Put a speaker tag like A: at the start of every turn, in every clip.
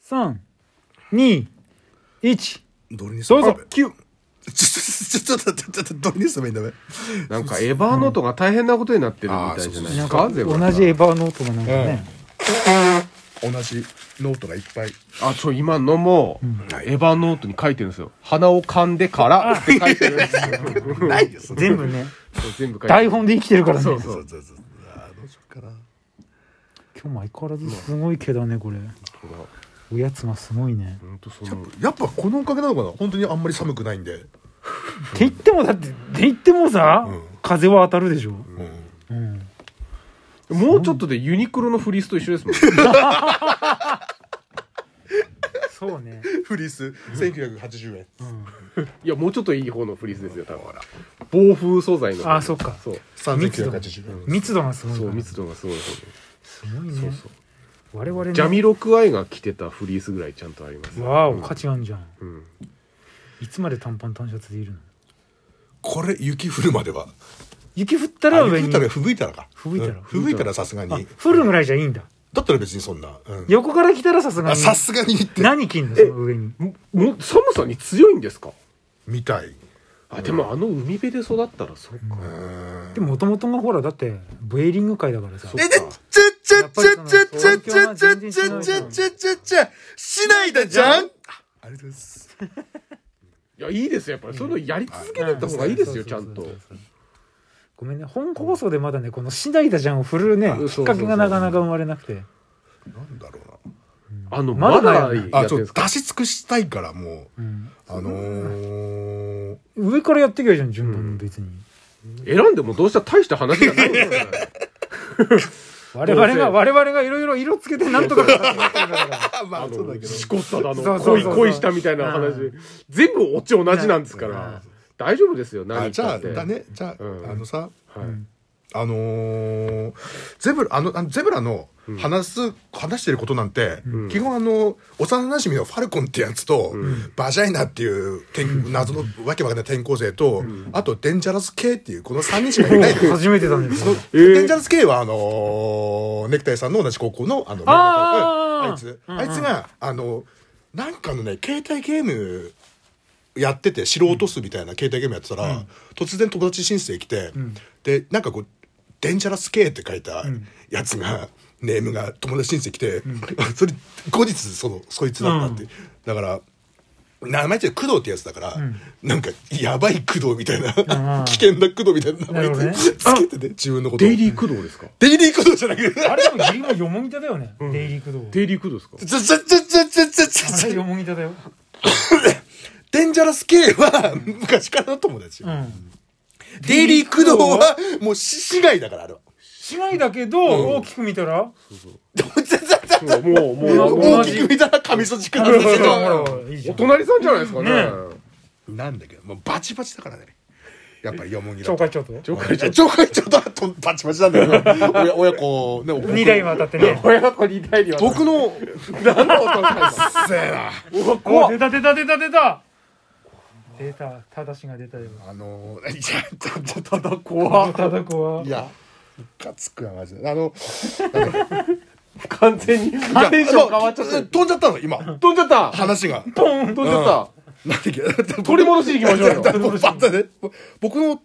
A: 三二一
B: ドルニス
A: ど
B: メ
A: う
B: ンダ
A: ぞ
B: メ
A: 九
B: ちょちょちょちょちょちょちょドルニスメンダメ
C: なんかエヴァーノートが大変なことになってるみたいじゃないで
A: な
C: す
A: んか
C: か
A: 同
C: ゼ
A: じエ
C: ブラ
A: ヴァノートがなんかね、
B: 同じノートがいっぱい
C: あそう今のも、エヴァーノートに書いてるんですよ鼻を噛んでからって書いてる んですよ
B: ないです
A: 全部ね
C: そう全部書いてる
A: 台本で生きてるからね
C: そうそう
B: そうそうそうあーどうしようかな
A: 今日も相変わらずすごい毛だねこれおやつがすごいね
C: ほんとその
B: やっぱこのおかげなのかな本当にあんまり寒くないんで
A: って言ってもだってって言ってもさ、
B: うん
A: 風は当たるでしょ、
B: うん
A: うん、
C: もうちょっとでユニクロのフリースと一緒ですもん
A: そうね
B: フリース1980円
C: いやもうちょっといい方のフリースですよ多分暴風素材の
A: あそっか
C: そう
B: 3980円
A: 密度がすごい
C: そ
A: か
C: う
A: ら
C: 密度がすごい方です
A: ごいね我々ね
C: ジャミロクワイが着てたフリースぐらいちゃんとあります
A: わお価値あんじゃん、
C: うん
A: いつまで短パン短シャツでいるの
B: これ雪降るまでは
A: 雪降ったら
B: あ
A: 上
B: 雪降
A: に
B: ったら吹雪いたらか
A: 吹雪いたら
B: うん吹雪いたらさすが
A: あ
B: に
A: 降るぐらいじゃいいんだ
B: だったら別にそんなうん
A: 横から来たらさすが
B: あ
A: に
B: さすがにって
A: 何着んのその上に
C: ももう寒さに強いんですか
B: みたい
C: あでもあの海辺で育ったらそうか、
A: でもともとがほらだってブエリング界だからさ
C: そう
B: えで、ちゃちゃちゃちゃちゃちゃちゃちゃちゃちゃちゃちゃ、しないだじゃんありがとうございます。
C: いやいいですよやっぱりそういうのやり続けてった方がいいですよちゃん
A: そ
C: と
A: うそうそうそうごめんね本放送でまだねこの「シナイダじゃん」を振るね
C: うん
A: きっかけがなかなか生まれなくて
B: なんだろう
C: あの
A: ま
C: ま
A: だ
C: だ
A: や
C: や
A: ん
C: って
A: の
C: るん
B: な。あ、ちょ
C: で
B: っと
C: す
B: 出
C: か
B: し尽くしたいから、もう。
A: うん
B: あのー、
A: 上からやってきゃいいじゃん順番に別に、
C: 選んでもどうしたら大した話じゃないですよ
A: 我々
C: どう
A: が
C: せ
A: 我々がいろいろ色つけてなんと か形になってるんだから
B: あ、ま
C: あ
B: あ、そうだ
C: の
B: けど。
C: しこっただ
A: そ
C: の
A: うそう
C: 恋
A: そう
C: 恋したみたいな話全部オチ同じなんですか
A: う
C: ら
A: ん
C: 大丈夫ですよ何言
B: あ、
C: っ
B: じ
C: た
B: ゃ
C: っ
B: あ、
C: て
B: だね。じゃあ、あ
C: うん
B: のさ、
C: はい
B: あのー、ゼブラ、あの、あのゼブラの話す、話してることなんて、基本あの、幼馴染のファルコンってやつと、バジャイナっていう、てん謎のわけわかんない転校生と、あと、デンジャラス系っていう、この3人しかいないのよ
A: 初めてだね
B: デンジャラス K は、あのーネクタイさんの同じ高校の、あの、
A: あー
B: あいつ、あいつが、あの、なんかのね、携帯ゲームやってて、素人すみたいな携帯ゲームやってたら、突然友達申請来て、で、なんかこう、デンジャラス K って書いたやつが、ネームが友達申請来て、 それ、後日、その、そいつだったって。だから、名前違う工藤ってやつだから、なんかやばい工藤みたいな、
A: うん
B: 危険な工藤みたいな名
A: なる
B: 前
A: ほどね
B: つけてね自分のことを
C: デイリー駆動ですか
B: デイリー工藤じゃなくて。
A: あれでもギリもよもぎただよね、デイリークド
C: デイリー駆動ですか
B: ちょちょちょちょちょちょ
A: あ
B: ちょ
A: れよもぎただよ
B: デンジャラス K は昔からの友達
A: う。ん
B: デイリー工藤はもうし市外だから、あれは。
A: しないだけど、大きく見たら
C: そうもうもうもう
B: 大きく見たら髪筋くなるんだけど。
A: いいじゃ
C: お
A: ん
C: 隣さんじゃないですかね
B: なんだけど、もうバチバチだからね。やっぱりよもぎだ
A: 懲
B: と。
A: 戒長と
C: 上
B: い
C: 海
B: や町会長とあとバチバチなんだけど、親親子、ね、僕
A: 2台渡って ね
C: 親子に代理は
B: 僕の、
C: 何の音なんですか
B: せえな。
A: お出た出た出た出た出たただしが出たよ
B: あのー、いや、ちょちょっと、
C: 怖
A: ただこはい
B: や、ムカつくわ、マジで。あの、
C: 完全にテンション変わっちゃった
B: 飛んじゃったの、今。
C: 飛んじゃった
B: 話が。
C: ポン飛んじゃった
B: なんだっけ
C: 取り戻しに行きましょうよ
B: パッとねぼ僕の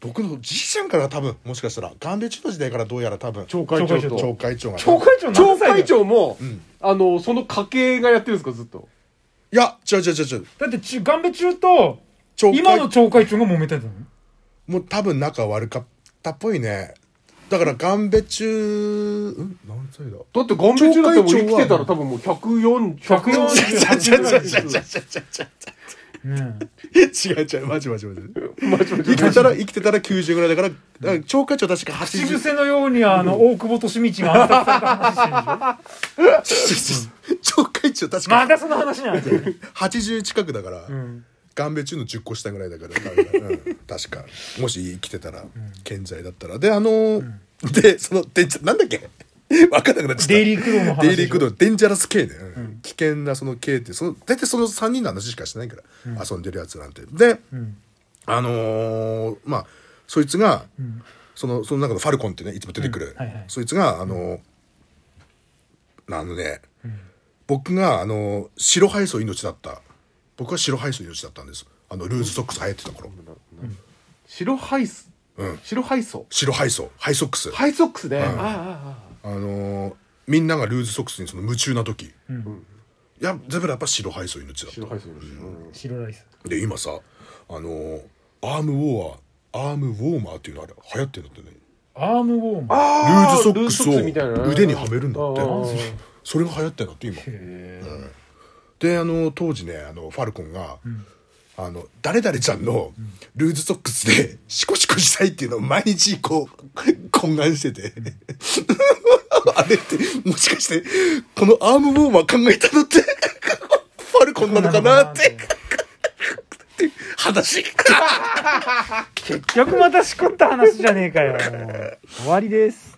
B: 僕のじいちゃんから多分もしかしたらガンデチの時代からどうやら多分
C: 町会長と
B: 町会長が
A: 懲戒長
C: 町
A: 何歳だ
C: 会
A: よ
C: 長も、あのその家系がやってるんですかずっと
B: いや違う違う違う違う
A: だって中ガンベ中と
B: 町会
A: 今の懲戒長が揉めてたの
B: もう多分仲悪かったっぽいねだからガンベ中うん何歳だ
C: だってガンベ中だってもう生きてた
B: 町会長
C: ら
B: は
C: 多分もう104 140
B: 違う違う違う違う違う違う違
A: ねえ
B: う違う違うマジマジマジ
C: マジマ
B: 生きてたら生きてたら90ぐらいだからだから町会長確か
A: 口
B: 80
A: 癖のようにあの大久保利通が暗殺された話してるでしょ
B: 町会長 確
A: ま
B: か
A: だその話なんて
B: 80近くだから、ガンベ中の10個下ぐらいだ から彼が、うん確かもし生きてたら、健在だったらであのーでそのでなんだっけ 分かんなくなっちゃった
A: デイリークドーの話
B: デイリークドーデンジャラス系ね、うん危険なその系ってその大体その3人の話しかしてないから、遊んでるやつなんてで、あのーまあそいつが、そのその中のファルコンってねいつも出てくる、
A: うんはいはい
B: そいつがあのーあのね、僕があの白ハイソ命だった僕は白ハイソ命だったんですあのルーズソックス流行ってた頃
C: 白ハイス、白ハイソ
B: 白ハイソハイソックス
C: ハイソックスね、あああ
B: あのーみんながルーズソックスにその夢中な時、いやゼブラやっぱ白ハイソ命だ
C: あ白ハイソです、
A: 白ライス
B: で今さあのーアームウォーアーアームウォーマーっていうのあれ流行ってんだってね
A: アームウォーマー
B: ル
C: あ
B: ーズソックス
C: みたいな
B: を腕にはめるんだ
C: あ
B: っ
C: ー
B: てそれが流行ってんだって今
A: へー
B: であの当時ねあのファルコンが、あの誰々ちゃんのルーズソックスでシコシコしたいっていうのを毎日こう懇願してて あれってもしかしてこのアームウォーマー考えたのって ファルコンなのか なって って話
A: 結局またしこった話じゃねえかよもう終わりです